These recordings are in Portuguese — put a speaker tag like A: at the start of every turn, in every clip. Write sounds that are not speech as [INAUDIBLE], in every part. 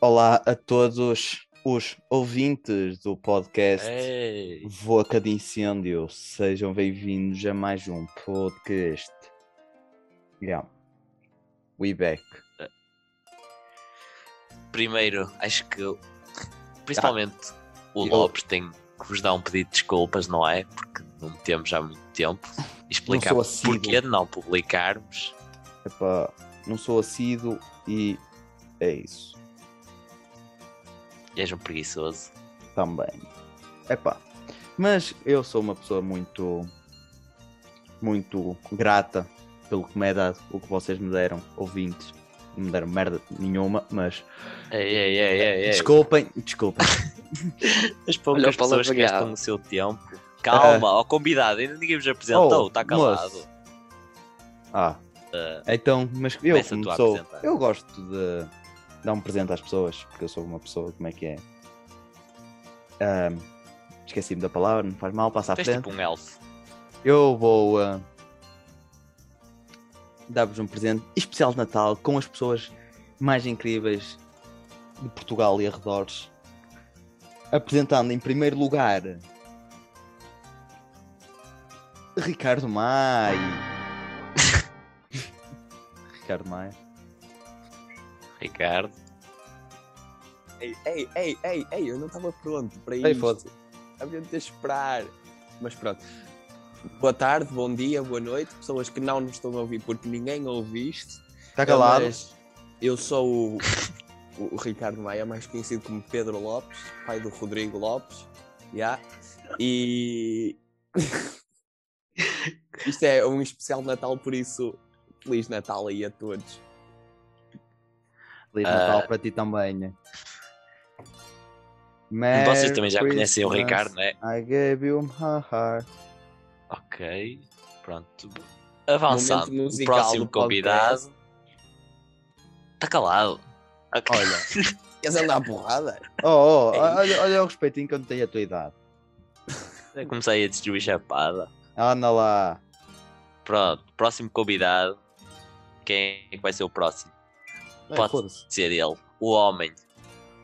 A: Olá a todos os ouvintes do podcast
B: Ei,
A: Voca de Incêndio. Sejam bem-vindos a mais um podcast. Yeah. We back.
B: primeiro, acho que principalmente o
A: eu-
B: Lopes tem que vos dar um pedido de desculpas, não é? Porque não temos há muito tempo. E Explicar
A: Não sou assíduo.
B: porquê de não publicarmos.
A: Epá, não sou assíduo e é isso.
B: E és um preguiçoso.
A: Também. Epá. Mas eu sou uma pessoa muito, muito grata pelo que me é dado, o que vocês me deram, ouvintes. Não me deram merda nenhuma, mas
B: Ei, ei, ei, ei, ei.
A: desculpem, desculpem.
B: As poucas
C: Olha o palavrão.
B: pessoas que gastam o seu tempo. Calma, ó convidado, ainda ninguém vos apresentou,
A: Ah. Oh,
B: está calado. É.
A: moço. Ah. então, mas eu
B: começa tu
A: como
B: a
A: sou-
B: apresentar.
A: eu gosto de dar um presente às pessoas, porque eu sou uma pessoa, como é que é? Ahm, Esqueci-me da palavra, não faz mal, passa à
B: Tens
A: frente.
B: tipo um elfo.
A: Eu vou ah, dar-vos um presente especial de Natal com as pessoas mais incríveis de Portugal e arredores. Apresentando em primeiro lugar Ricardo
B: [LAUGHS]
A: Maia. Ricardo Maia.
B: Ricardo.
C: Ei, ei, ei, ei, ei, eu não estava pronto para
A: Ei,
C: isto. Havia de ter esperar. Mas pronto. Boa tarde, bom dia, boa noite, pessoas que não nos estão a ouvir porque ninguém ouviste.
A: Está tá calado?
C: Mas Eu sou o, o Ricardo Maia, mais conhecido como Pedro Lopes, pai do Rodrigo Lopes. já E. [LAUGHS] Isto é um especial de Natal, por isso, Feliz Natal aí a todos.
A: Feliz
B: Ah.
A: Natal para ti também. Merry
B: Vocês também já conhecem o
A: Christmas,
B: Ricardo, não é?
A: I gave you my heart.
B: Ok, pronto. Avançando,
C: Momento
B: o
C: musical
B: próximo
C: do podcast.
B: convidado. Está Tá calado. Ok.
A: Olha,
C: Queres andar à porrada?
A: oh, oh,
C: É
A: olha, olha o respeitinho que eu não tenho a tua idade.
B: Eu comecei a destruir chapada.
A: Anda lá.
B: Pronto, próximo convidado. Quem é que vai ser o próximo?
A: Ei,
B: Pode.
A: É, foda-se.
B: Ser ele, o homem,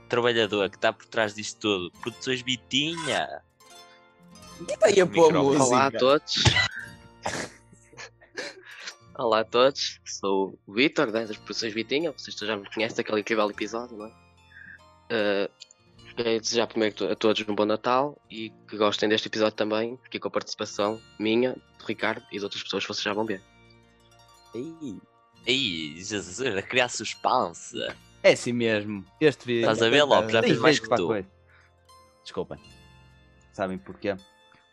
B: trabalhador que está por trás disto tudo. Produções Bitinha.
C: Que está tá aí a pôr
B: Microfone.
C: música?
B: Olá
C: Olá,
D: Olá a todos. Olá a todos. Sou o Vitor, das Produções Vitinha. Vocês já me conhecem daquele incrível episódio, não é? Eh, queria desejar primeiro to- a todos um bom Natal e que gostem deste episódio também, aqui com a participação minha, do Ricardo e de outras pessoas que vocês já vão ver.
B: Ei, Jesus, a criar suspense.
A: É assim mesmo. Este vídeo. é, eh,
B: Estás a ver, Lopes? Já
A: Tem
B: fiz mais
A: jeito
B: que
A: para a
B: tu.
A: coisa. Desculpem. Sabem porquê?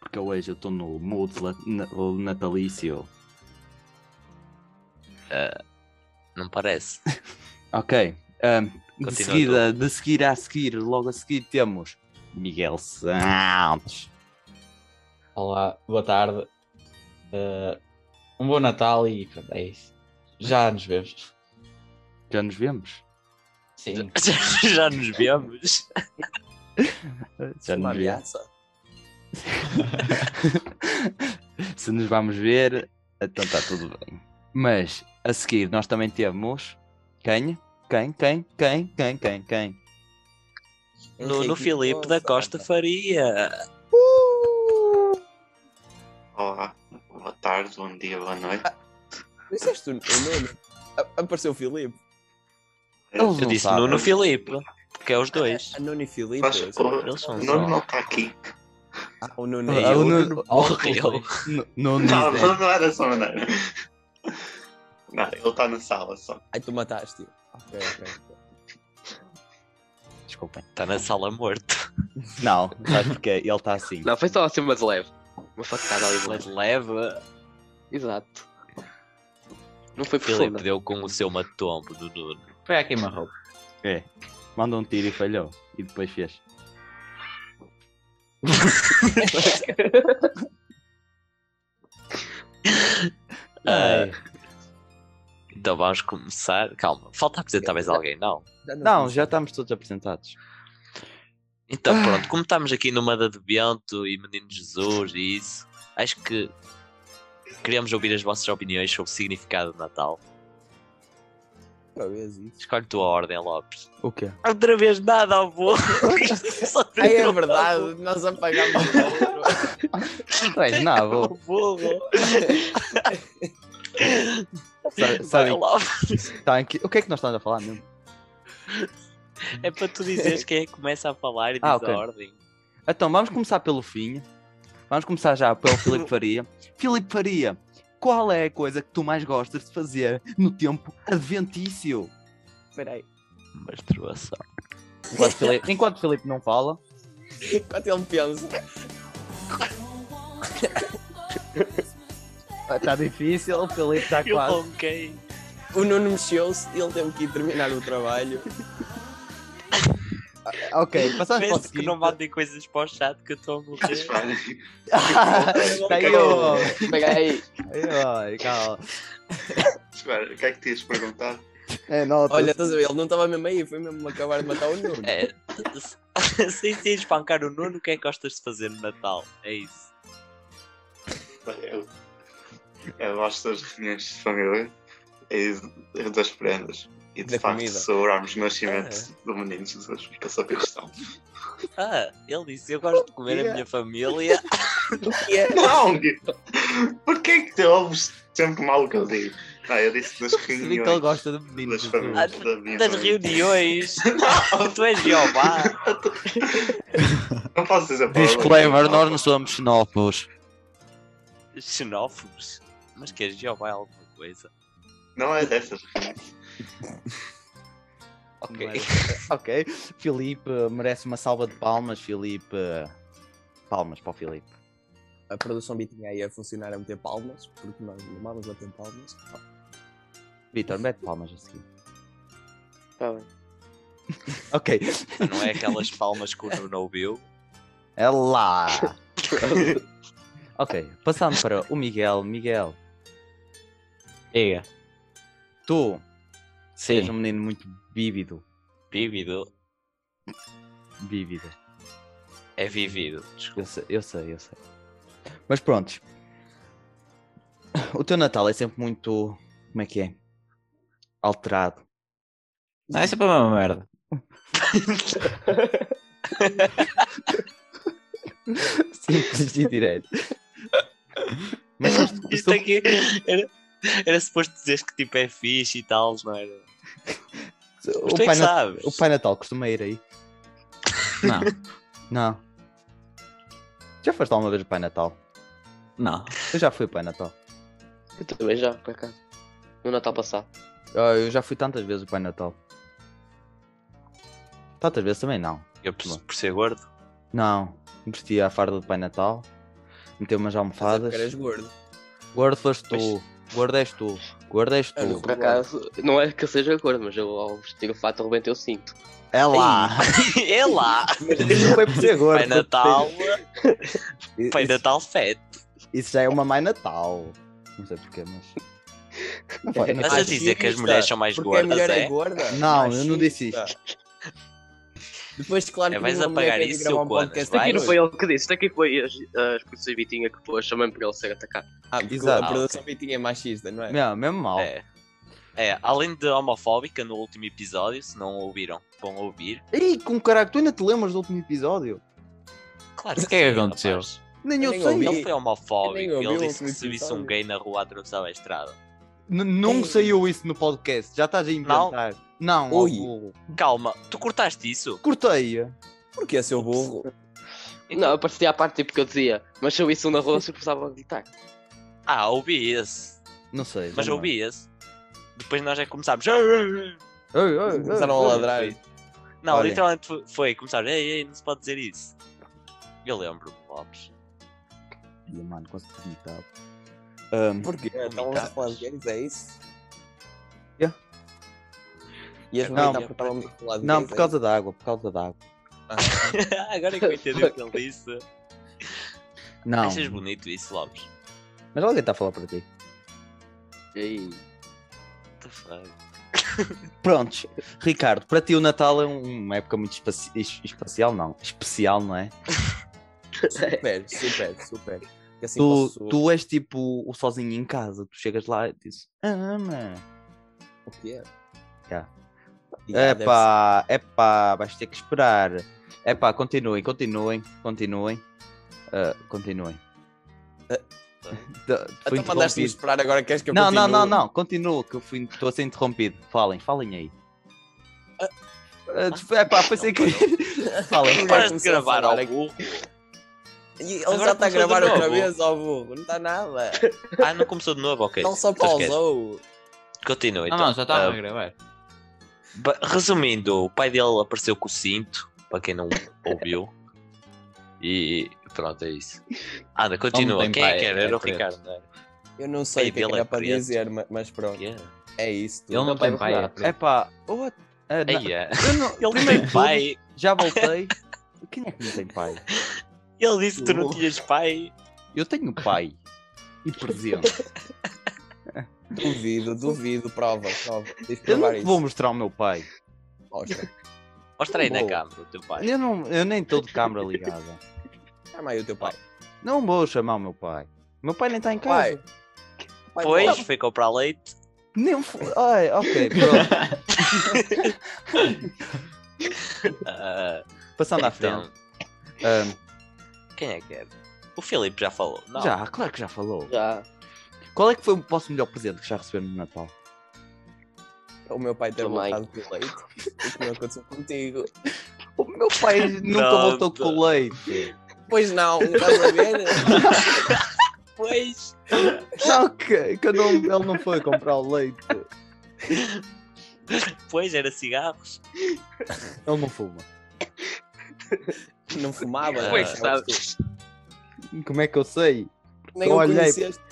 A: Porque hoje eu estou no mood la- na- natalício.
B: Não parece? [LAUGHS]
A: Ok. ahm, de,
B: Continua
A: seguida, de seguir a seguir, logo a seguir temos Miguel Santos.
E: Olá, boa tarde. Eh, um bom Natal e pronto, é isso. Já nos vemos.
A: Já nos vemos?
E: Sim.
B: Já nos vemos.
A: Já
C: uma
A: nos vemos.
C: ameaça.
A: Se nos vamos ver, então está tudo bem. Mas a seguir nós também temos quem? Quem? Quem? Quem? Quem? Quem? Quem?
B: Nuno
C: Henrique
B: Filipe da
C: Mendonça.
B: Costa Faria.
F: Olá, boa tarde, bom dia, boa noite.
C: Disseste o o Nuno? A- Apareceu o Filipe.
A: Eles
B: Eu
A: não
B: disse
A: sabem.
B: Nuno Filipe, porque é os dois.
C: A Nuno e Filipe.
F: Mas, o-
B: Eles são só.
F: o Nuno não está aqui.
C: Ah, o Nuno
A: Ah,
C: é
A: o
C: eu. [LAUGHS]
A: Nuno-
B: Morreu.
A: Nu- Nuno
F: Não,
A: Isé.
F: não era só Nuno. Não, ele está na sala só.
C: Ai, tu mataste -o. Ok, ok.
A: Desculpem.
B: Está Tá na sala morto.
A: Não, sabes porque ele está assim.
D: Não, foi só assim uma de leve. Uma facada ali é de
B: Mas
D: leve.
B: leva.
D: Exato. Não foi
B: Filipe
D: profunda.
B: deu com o seu matombo do Nuno.
E: Foi à queima-roupa.
A: É. Mandou um tiro e falhou. E depois fez.
B: Ah, então vamos começar. Calma, falta apresentar mais alguém, não?
A: Não, já estamos todos apresentados.
B: Então pronto, como estamos aqui numa da Advento e Menino Jesus e isso, acho que queríamos ouvir as vossas opiniões sobre o significado do Natal.
C: outra vez isso.
B: Escolhe tua ordem, Lopes.
A: O quê?
B: Outra vez nada, avô. [LAUGHS]
C: Ai, é verdade, nós apagámos o
A: Não tens nada, avô. Sabe-
B: [LAUGHS] Vai,
A: Sabem
B: Lopes.
A: sabem que- o que é que nós estamos a falar mesmo?
B: É para tu dizeres quem é que começa a falar e diz
A: Ah, ok.
B: a ordem.
A: Então, vamos começar pelo fim. Vamos começar já pelo [LAUGHS] Filipe Faria. Filipe Faria, qual é a coisa que tu mais gostas de fazer no tempo adventício?
C: Peraí.
B: Masturbação.
A: Enquanto Filipe, enquanto Filipe não fala,
C: Enquanto ele pensa,
A: está tá difícil, o Filipe está
B: [LAUGHS] Eu
A: quase.
B: ronquei.
C: o Nuno mexeu-se e ele teve que ir terminar o trabalho.
A: Ok, passaste para o
B: Penso que
A: seguinte. [LAUGHS]
B: não mandem coisas para o chat que eu estou a
F: Mas,
B: morrer.
F: pá,
A: Está aí, ó.
D: Peraí,
A: Aí, ó, calma.
F: espera, o que é que tinhas perguntado?
A: É, nota.
C: Olha, estás a ver? Ele não estava mesmo aí, foi mesmo acabar de matar o Nuno.
B: É, se- É, [LAUGHS] sem se espancar o Nuno, o que é que gostas de fazer no Natal? É isso.
F: Eu, eu gosto das reuniões de família e das prendas. E de
C: Da
F: facto,
C: comida.
F: celebrarmos o nascimento do menino Jesus, porque eu sou cristão.
B: Ah, ele disse: Eu gosto de comer a minha família.
F: Não! Gui. Porquê é que tu ouves sempre mal o que eu digo? Não, eu disse das
A: Se bem que ele
F: reuniões
A: gosta de meninos.
F: das famílias da minha
B: Das
F: mãe.
B: reuniões. tu és Jeová.
F: Não posso dizer palavras.
A: Ah, Disclaimer, nós não somos xenófobos.
B: Xenófobos. Mas que és Jeová é alguma coisa.
F: Não é dessas reuniões.
B: Ok.
A: Mas, é. ok. Filipe eh, merece uma salva de palmas, Filipe. Palmas para o Filipe.
C: A produção B tinha aí a funcionar a meter palmas, porque nós não vamos bater palmas. é
A: Vitor, mete palmas assim. a seguir.
D: tá bem.
A: Ok.
B: Não é aquelas palmas que o Nuno ouviu.
A: É
E: [LAUGHS]
A: lá. ok, passando para o Miguel. Miguel,
E: Diga.
A: tu és um
E: Sim.
A: menino muito vívido.
B: Vívido.
A: Vívido.
B: É vivido. Desculpa.
A: Eu sei, eu sei, eu sei. Mas pronto. O teu Natal é sempre muito. Como é que é? Alterado.
E: Não, isso é para uma merda.
A: Simples e direto. Mas tu-
B: Isto
A: tu-
B: aqui era, era suposto dizeres que tipo é fixe e tal, não era? Mas tu
A: o,
B: é que
A: pai Nat-
B: sabes.
A: o Pai Natal costuma ir aí.
E: Não,
A: Não. Já foste alguma vez o Pai Natal?
E: não.
A: Eu já fui o Pai Natal.
D: Eu também já, por acaso. No Natal passado.
A: Ah, eu já fui tantas vezes o Pai Natal. Tantas vezes também não.
B: Eu por, por
A: [LAUGHS]
B: ser gordo.
A: Não. Vestia a farda do Pai Natal. Meti umas almofadas.
C: Eras gordo.
A: Gordo foste tu. Gordo és tu. Gordo és
C: Eu não
A: tu.
D: Por acaso, não é que eu seja gordo, mas eu ao vestir o fato arrebentei o cinto.
A: É lá. [LAUGHS]
B: é lá!
A: Não foi por ser gordo. [LAUGHS]
B: Pai Natal. Pai
A: Isso,
B: Natal fete.
A: isso já é uma má Natal. Não sei porquê, mas. Não, foi, não,
B: Estás
A: foi-
B: a dizer que as
C: machista,
B: mulheres são mais
C: Porque a
B: gordas,
C: mulher é,
B: é?
C: gorda.
A: Não, eu não disse
C: machista. Depois, claro
B: É,
C: que
B: vais
C: uma mulher
B: apagar
C: quer vir
B: isso,
C: gravar um
B: Coanas,
C: podcast
B: vai?
D: Aqui
C: aqui
D: não
C: hoje.
D: foi ele que disse, isto aqui foi as, as pessoas Vitinha que pôs também para ele ser atacado.
C: Ah, porque
A: Exato.
C: a
B: Ah,
C: produção B tinha é machista, não é?
A: Não, mesmo mal.
B: É. É, além de homofóbica no último episódio, se não ouviram, vão ouvir.
A: Ih, com caralho, tu ainda te lembras do último episódio?
B: Claro
E: O que é que
B: sim,
E: aconteceu?
B: rapaz.
A: Nem eu,
C: Eu nem
A: sei.
C: ouvi.
B: Ele foi homofóbico.
C: Eu nem ouvi
B: Ele
C: o
B: disse que
C: último
B: se visse um
C: episódio.
B: gay na rua atravessava a é estrada.
A: N- Não
C: Ei.
A: saiu isso no podcast. Já estás a inventar. Não,
C: Ui.
A: Albu.
B: Calma, tu cortaste isso?
A: Cortei.
C: Porque é seu burro.
B: Então.
D: Não, eu parecia à parte tipo que eu dizia, mas se eu isso na [LAUGHS] rua, se eu precisava gritar.
B: Ah, ouvi esse.
A: Não sei.
B: Mas
A: já não
B: ouvi esse. Depois nós já começámos.
A: é. Oi, oi, oi,
C: Começaram a
A: oi.
C: ladrar.
B: Não,
A: Olha.
B: literalmente foi- foi começar. Ei, ei, não se pode dizer isso. Eu lembro-me, Lopes. [LAUGHS]
A: Ih, Mano, quase que vomitava. Ahm,
C: Porquê? Estavam a falar de gays, é isso?
A: Yeah.
C: E as
A: Não.
C: mulheres estavam a falar de
A: não,
C: gays,
A: por
C: é
A: causa da água, por causa da água.
B: Agora é que eu entendi o que
C: [LAUGHS]
B: ele disse.
A: Não,
C: é
B: Achas bonito isso, Lopes?
A: mas alguém está a falar para ti.
D: E aí,
B: What the fuck?
A: Prontos, Ricardo, para ti o Natal é um- uma época muito espaci- es- espacial, não, especial, não é?
C: é
A: [LAUGHS]
C: Super, super, super. Porque Assim
A: tu,
C: posso...
A: tu és tipo o sozinho em casa, tu chegas lá e dizes, ah, mano,
C: O quê? Yeah,
A: É
C: deve
A: pá, é pá, vais ter que esperar. É pá, continuem, continuem, continuem. Ah, continuem.
C: Ah.
A: Da- [LAUGHS]
C: ser.
A: Fui
C: Então mandaste-me
A: interrompido.
C: esperar agora queres que eu
A: Não, não,
C: continue?
A: não, não, continua, que eu fui- estou a ser interrompido. Falem, falem aí.
C: Ah.
A: É pá, foi sem querer. [LAUGHS] Falem.
C: Agora
B: Para de
C: começou a
B: gravar
C: falar
B: ao
C: aqui.
B: burro.
C: E ele
B: Agora
C: já está
B: começou
C: a
B: de
C: gravar outra
B: novo.
C: vez, ó burro. Não está nada.
B: Ah, não começou de novo, ok.
C: Ele só
B: Então esquece.
C: pausou.
B: Continua
E: Ah,
B: então.
E: não, já estava
B: Ah,
E: a gravar.
B: Ba- Resumindo, o pai dele apareceu com o cinto, para quem
C: [LAUGHS]
B: não ouviu. E pronto, é isso. Anda,
E: Não
B: continua.
E: tem
B: Quem é
E: pai,
B: que era?
E: é
B: Era o
E: preto.
B: Ricardo, não era?
C: Eu não sei
B: Ei,
C: o que é que
B: dele
C: era
B: é
C: para
B: preto.
C: dizer, ma- mas pronto.
B: Yeah.
C: É isso.
E: Ele não tem pai. é
A: É
E: preto.
A: pá, what? Ah, na-
B: Ei, é. [LAUGHS]
A: eu não-
B: Ele
A: primeiro
B: tem
A: de
B: pai.
A: tudo, Já voltei. Quem é que não tem pai?
B: Ele disse que tu não tinhas pai.
A: Eu tenho um pai. E presente.
C: Duvido, duvido. Prova, prova. Diz
A: é. Eu
C: provar
A: não te
C: isso.
A: vou mostrar o meu pai.
C: Mostra.
B: Mostra aí na
C: Boa.
B: câmara o teu pai.
A: Eu, não, eu nem estou de câmara ligada.
C: Chama aí o teu pai.
A: Não vou chamar o meu pai. Meu pai nem está em
C: Pai.
A: casa.
C: Pai,
B: Pois,
C: bom.
B: foi comprar leite.
A: Nem foi. Ai, ok, pronto.
B: Ah,
A: Passando à
B: então,
A: frente. Ahm,
B: quem é que era? O Filipe já falou. Não.
A: Já, claro que já falou.
D: Já.
A: Qual é que foi o vosso melhor presente que já receberam no Natal?
C: O meu pai teve
D: Também.
C: voltado com leite. O que não aconteceu contigo?
A: O meu pai nunca
B: Não,
A: voltou
B: não.
A: com leite. [LAUGHS]
C: Pois não, não estás a ver?
B: Pois.
A: Não, que, que eu não- ele não foi comprar o leite.
B: Pois, era cigarros.
A: Ele não fuma.
C: Não fumava.
B: Ah.
C: não
D: Como é que
C: sabes
D: sabes?
A: Como é que eu sei?
C: tu. Nem
A: Eu
C: o
E: Então,
A: olhei-
C: conheceste.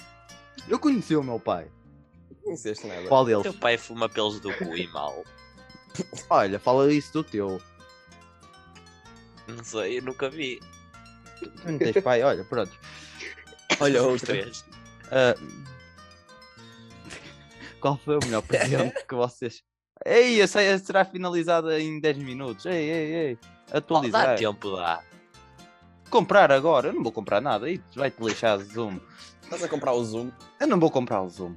A: Eu conheci o meu pai.
C: Não conheceste nada.
A: Qual
B: Teu
A: deles?
B: pai fuma pelos do cu e mal.
A: Olha, fala isso do teu.
B: Não sei, eu nunca vi.
A: Tu não tens pai, olha, pronto.
C: Olha
B: Os
C: outra.
B: três.
A: Ah, [LAUGHS] Qual foi o melhor presente que vocês. Ei, a ceia será finalizada em 10 minutos. Ei, ei, ei.
B: Oh, dá
A: Atualizar.
B: tempo, dá.
A: comprar agora. Eu não vou comprar nada. Aí vai-te lixar Zoom.
C: Estás a comprar o Zoom?
A: Eu não vou comprar o Zoom.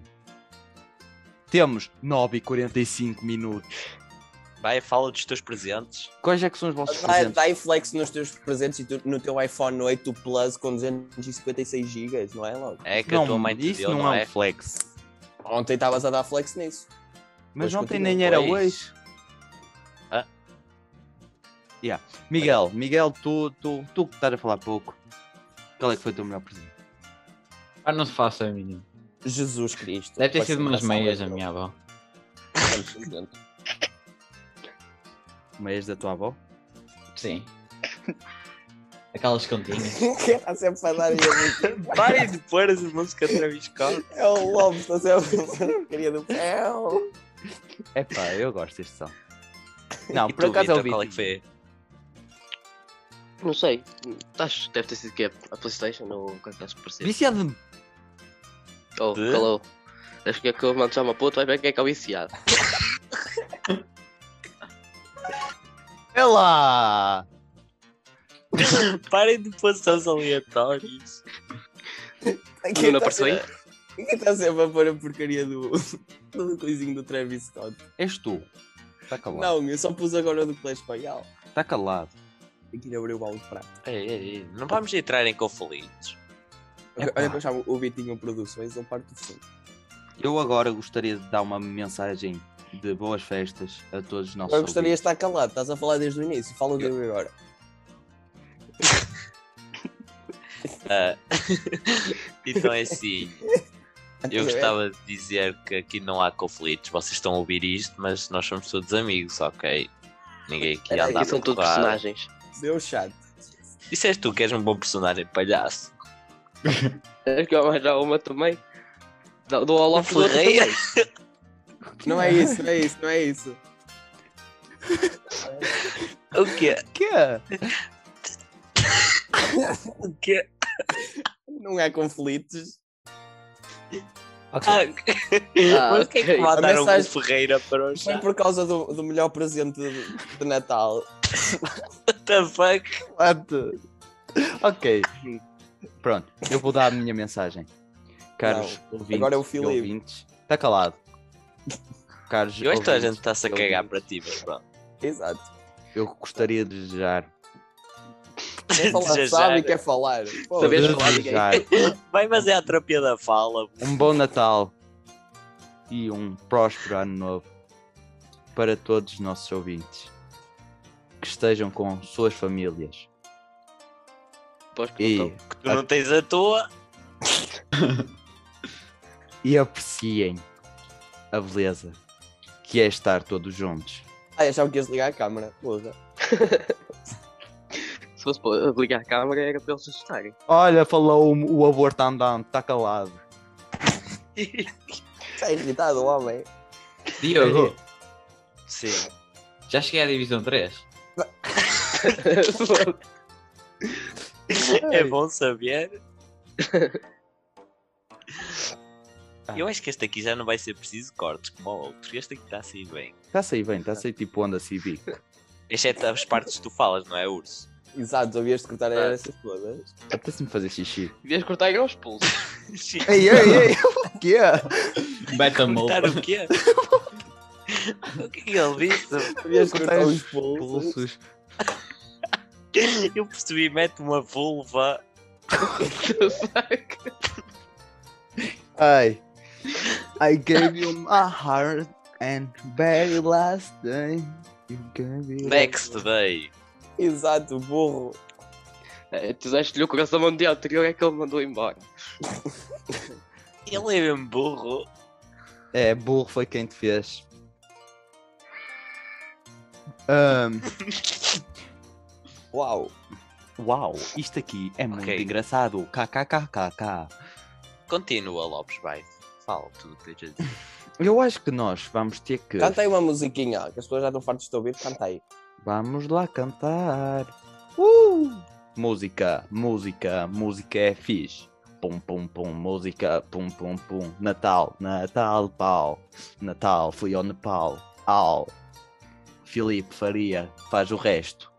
A: Temos 9 e 45 minutos.
B: Vai, fala dos teus presentes.
A: Quais é que são os vossos
C: Dá,
A: presentes?
C: dá flex nos teus presentes e tu- no teu iPhone 8 Plus com 256 GB, não é logo?
B: É que
A: Não,
B: a tua mãe te
A: isso
B: deu,
A: não,
B: não,
A: é
B: é?
A: um flex.
C: Ontem estavas a dar flex nisso.
A: Mas
C: Pois
A: ontem
C: continua,
A: nem era hoje.
B: pois. Ah.
A: Yeah. Miguel, Miguel, tu, tu, tu que estás a falar pouco. Qual é que foi o teu melhor presente?
E: Ah, não se faça a mínima.
C: Jesus Cristo.
E: Deve ter
C: Parece
E: sido umas
C: engraçado,
E: meias
C: é,
E: a
C: [LAUGHS]
E: minha avó.
C: presente.
A: Meias da tua avó?
E: Sim. Aquelas continhas.
C: Está sempre a dar aí a música.
B: Vai de pôr as músicas Travis Scott.
C: É o Lopes, está sempre a fazer a porcaria do pão.
A: É pá, eu gosto deste
B: [LAUGHS]
A: som. Não,
B: e
A: por
B: tu,
A: acaso é o
B: Vitor, qual é que
A: Vitinho.
B: foi?
D: Não sei. Acho, deve ter sido que é a Playstation ou o que é que acho que parecia.
A: Viciado de
D: Ou
B: De?
D: calou. Acho que é que eu mando já uma puta, vai ver quem é que é o viciado.
A: É lá!
B: Parem de pôr seus aleatórios.
D: Não apareceu aí?
C: Quem está tá sempre a pôr a porcaria do, [LAUGHS] do coisinho do Travis Scott?
A: És tu. Está calado.
C: Não, eu só pus agora o do Clash Royale.
A: Está calado.
C: Tem que ir abrir o balde de prato.
B: Ei, ei, ei, Não vamos entrar em conflitos.
C: Olha
A: Epá.
C: que eu chamo o Vitinho Produções, ele parte do fundo.
A: Eu agora gostaria de dar uma mensagem de boas festas a todos os nossos
C: Agora gostaria de
A: ouvintes.
C: estar calado, estás a falar desde o início, fala de agora.
B: Ah, [LAUGHS] então é assim. Eu
C: é
B: gostava de dizer que aqui não há conflitos. Vocês estão a ouvir isto, mas nós somos todos amigos, ok? Ninguém aqui
C: Espera aí,
B: é anda a
D: E são todos
B: procurar.
D: personagens.
C: Deu chato.
B: Disseste tu que és um bom personagem, palhaço.
D: Acho que eu vou arranjar uma também. Dou dou ao
B: O
D: Lopes outra
B: Ferreira.
D: também.
C: Não é isso, não é isso, não é isso.
B: O quê?
A: Quê?
B: O quê?
C: Não há conflitos.
B: Ah, [LAUGHS]
D: Ah,
B: mas o que é que
D: ok.
B: mandaram o
C: mensagem-
B: Ferreira para o chá?
C: Foi por causa do, do melhor presente de, de Natal.
B: What the fuck?
A: Pronto. ok. Pronto, eu vou dar a minha mensagem. Caros ouvintes
C: agora é o
A: e
C: Filipe.
A: ouvintes. Está calado. Caros
B: E hoje toda a
A: ouvintes,
B: gente está-se a cagar para ti, mas pronto.
C: Exato.
A: Eu gostaria de desejar.
B: [LAUGHS]
C: Quer falar,
B: Desejar.
C: sabe e quer falar. Pô,
D: Saber- Vês
A: de
D: falar ninguém.
A: desejar
B: Vai, mas é a terapia da fala.
A: um bom Natal e um próspero ano novo para todos os nossos ouvintes. Que estejam com suas famílias.
D: Pois que
A: E,
D: não
B: Que tu não tens a tua.
A: e apreciem a beleza que é estar todos juntos.
C: Ah, achava que ias ligar a câmara. Porra.
D: estão. Se fosse para ligar a câmara era para eles se [LAUGHS] assustarem.
A: Olha, falou o, o aborto andante, está tá calado.
C: Está Tá irritado o homem.
E: Diogo,
B: Sim.
E: já cheguei à divisão 3.
B: É bom saber. Eu acho que este aqui já não vai ser preciso cortes como o outro. Este aqui está assim bem.
A: Está a sair bem, está a sair tipo onda civic.
B: Exceto as partes que tu falas, não é, urso?
C: Exato, ouvias de
A: Tá.
C: cortar essas coisas.
A: Apetece-me fazer xixi.
D: Devias cortar aos pulsos.
B: [LAUGHS] Sim.
A: Ei, ei, ei, [LAUGHS] o Tá que é?
E: Beta
B: Cortar
E: molde.
B: o quê? O que é que ele disse?
C: Ouvias
A: Cortar
C: cortar os
A: os
C: pulsos.
A: Pulsos.
B: Eu percebi, mete uma vulva.
A: Ai. I gave you my heart and very last day. You gave it
B: Next day.
C: Exato, burro.
D: [LAUGHS] É, tu deste-lhe o coração no dia anterior é que ele mandou embora.
B: Ele é mesmo burro.
A: É, burro foi quem te fez. Ahm,
C: Uau.
A: uau, isto aqui é muito
B: Ok.
A: engraçado. KKKKK.
B: Continua, Lopes, vai. Fala tudo que tens a dizer.
A: Eu acho que nós vamos ter que.
C: Canta aí uma musiquinha, que as pessoas já estão fartas de te ouvir. Canta aí. [LAUGHS]
A: Vamos lá cantar. Uh! Música, música, música é fixe. Pum, pum, pum, música, pum, pum, pum. Natal, Natal, pau. Natal, fui ao Nepal. Au. Filipe Faria faz o resto.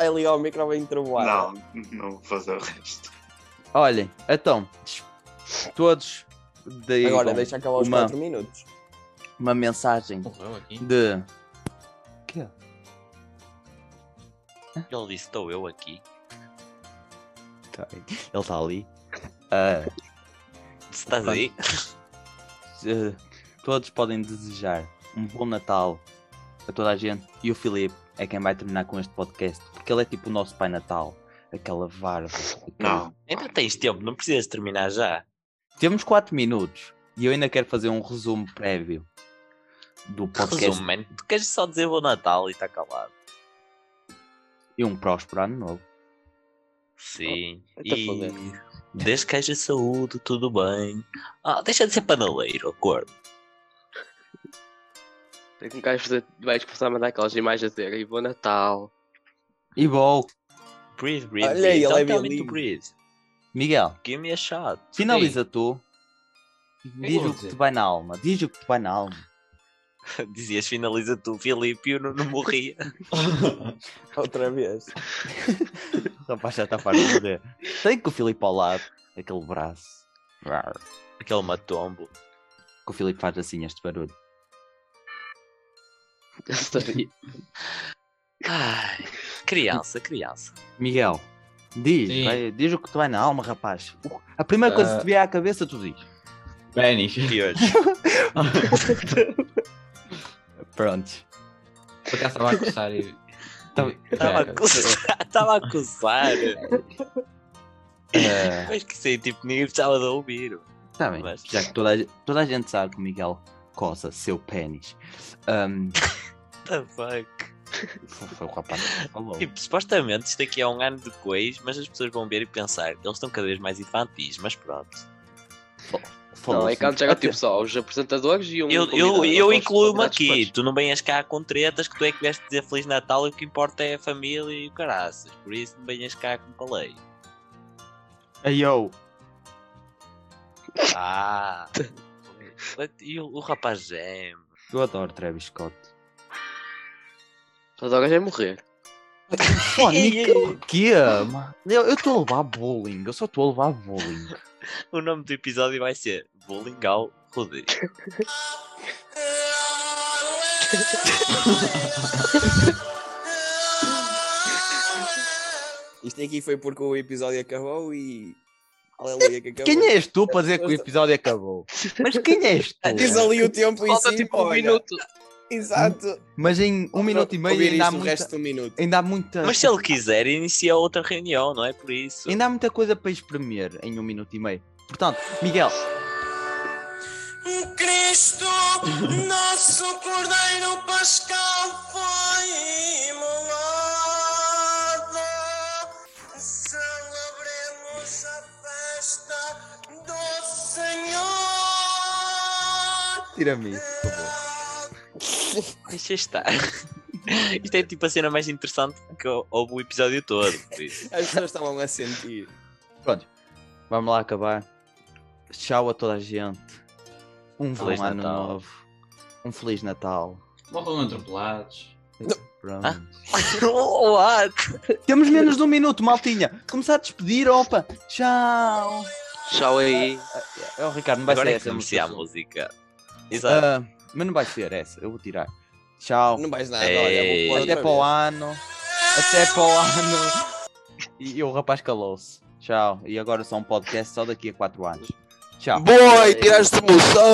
C: Ali ó, o micro vai entroar.
F: Não, não vou fazer o resto.
A: Olhem, então, todos deem
C: Agora deixa acabar os
A: uma-
C: 4 minutos.
A: uma mensagem
E: Morreu aqui.
A: de.
B: Ele disse: Estou eu aqui.
A: Tá, Ele está ali. [LAUGHS] Ah,
B: Se estás aí,
A: Eh, todos podem desejar um bom Natal a toda a gente e o Filipe é quem vai terminar com este podcast porque ele é tipo o nosso Pai Natal aquela barba aquele- [LAUGHS]
F: Não.
B: ainda tens tempo, não precisas terminar já.
A: temos 4 minutos e eu ainda quero fazer um resumo prévio do podcast
B: Resumo, man. Tu queres só dizer Bom Natal e está calado.
A: e um próspero ano novo
B: Sim.
C: vai-te a
B: e
C: foder.
B: desde que haja saúde, tudo bem. Ah, deixa de ser panaleiro, acordo.
D: Tem que um gajo fazer- vais começar a mandar aquelas imagens a dizer e bom Natal. [LAUGHS]
A: e bom
B: Breathe, breathe.
C: Olha
B: breathe.
C: aí, ele
B: Don't
C: é
B: tell me to
C: bilingue.
B: breathe.
A: Miguel
B: Give me é a shot.
A: finaliza tu diz
E: vou
A: o que
E: dizer.
A: te vai na alma diz o que te vai na alma
B: Sim. [LAUGHS] Dizias: Finaliza tu, Filipe, e eu não, não morria.
C: Outra vez.
A: [LAUGHS] o rapaz já está farto de dizer tem que o Filipe ao lado aquele braço Rar.
B: Aquele matombo.
A: que o Filipe faz assim este barulho
D: Eu sabia.
B: Ai, criança, criança.
A: Miguel, diz,
E: Sim.
A: vai- diz o que tu vai na alma, rapaz. O- A primeira coisa que
E: Ah.
A: te vier à cabeça, tu diz.
E: Benny.
B: E hoje?
A: Pronto.
E: Por acaso estava a coçar e.
A: Tava-
B: Estava
E: Cara,
B: a coçar. Estava a coçar.
A: Ah,
B: Mas que sei, tipo, ninguém precisava de ouvir.
A: tá bem,
B: Mas-
A: já que toda a, ge- toda a gente sabe que o Miguel coça seu pênis. Ahm,
B: What the fuck?
A: foi, foi o rapaz que falou.
B: Tipo, supostamente isto aqui é um ano depois, mas as pessoas vão ver e pensar, eles estão cada vez mais infantis, mas pronto.
A: falou
D: Não, é
A: assim,
D: que antes era
A: até-
D: tipo só os apresentadores e um.
B: Eu, eu,
D: convidado,
B: eu
D: os
B: incluo-me
D: convidados
B: aqui,
D: depois.
B: tu não venhas cá com tretas que tu é que vieste dizer Feliz Natal e o que importa é a família e o caraças, por isso não venhas cá com palei.
A: Ei, eu.
B: Ah! e o, o rapaz geme.
A: Eu adoro Travis [LAUGHS] Scott.
D: Mas agora já é morrer.
A: Oh, Nick, o quê? mano? Eu estou a levar bullying, eu só estou a levar bullying.
B: O nome do episódio vai ser Bullying ao Rodrigo.
C: Isto aqui foi porque o episódio acabou e. Aleluia que acabou.
A: Quem és tu para dizer que o episódio acabou? Mas quem és tu?
C: Diz ali o tempo e
B: Falta
C: sim,
B: tipo um
C: olha.
B: minuto.
C: Exato.
A: Mas em um minuto e meio
C: Ouvir
A: ainda há,
C: isto o
A: muita,
C: resto de um minuto.
A: ainda há muita.
B: Mas se ele quiser, inicia outra reunião, não é por isso?
A: Ainda há muita coisa para espremer em um minuto e meio. Portanto, Miguel,
F: Cristo, nosso Cordeiro Pascal, foi imolado. Celebremos a festa do Senhor.
A: tira-me isso, por favor.
B: Deixa estar. [LAUGHS] Isto é tipo a cena mais interessante que eu houve o episódio todo. Por isso.
C: As pessoas estavam a sentir.
A: Pronto, vamos lá acabar. Tchau a toda a gente. Um bom
B: Feliz
A: ano
B: Natal.
A: novo. Um Feliz Natal.
E: Morram atropelados.
A: Pronto.
B: Ah. Olá!
A: Temos menos de um minuto, maltinha. Começar a despedir, opa. Tchau.
D: Tchau aí.
A: É o Ricardo, não vai
B: Agora
A: ser
B: é que
A: essa
B: comecei a
A: música.
B: música. Exato.
A: Ah, mas não vai ser essa, eu vou tirar. Tchau.
C: Não vais nada,
B: Ei.
C: olha. Vou pôr
A: Até
C: outra
A: para o
C: vez.
A: ano. Até para o ano. E, e o rapaz calou-se. Tchau. E agora só um podcast só daqui a 4 anos. Tchau.
C: Boi, tiraste-me o som.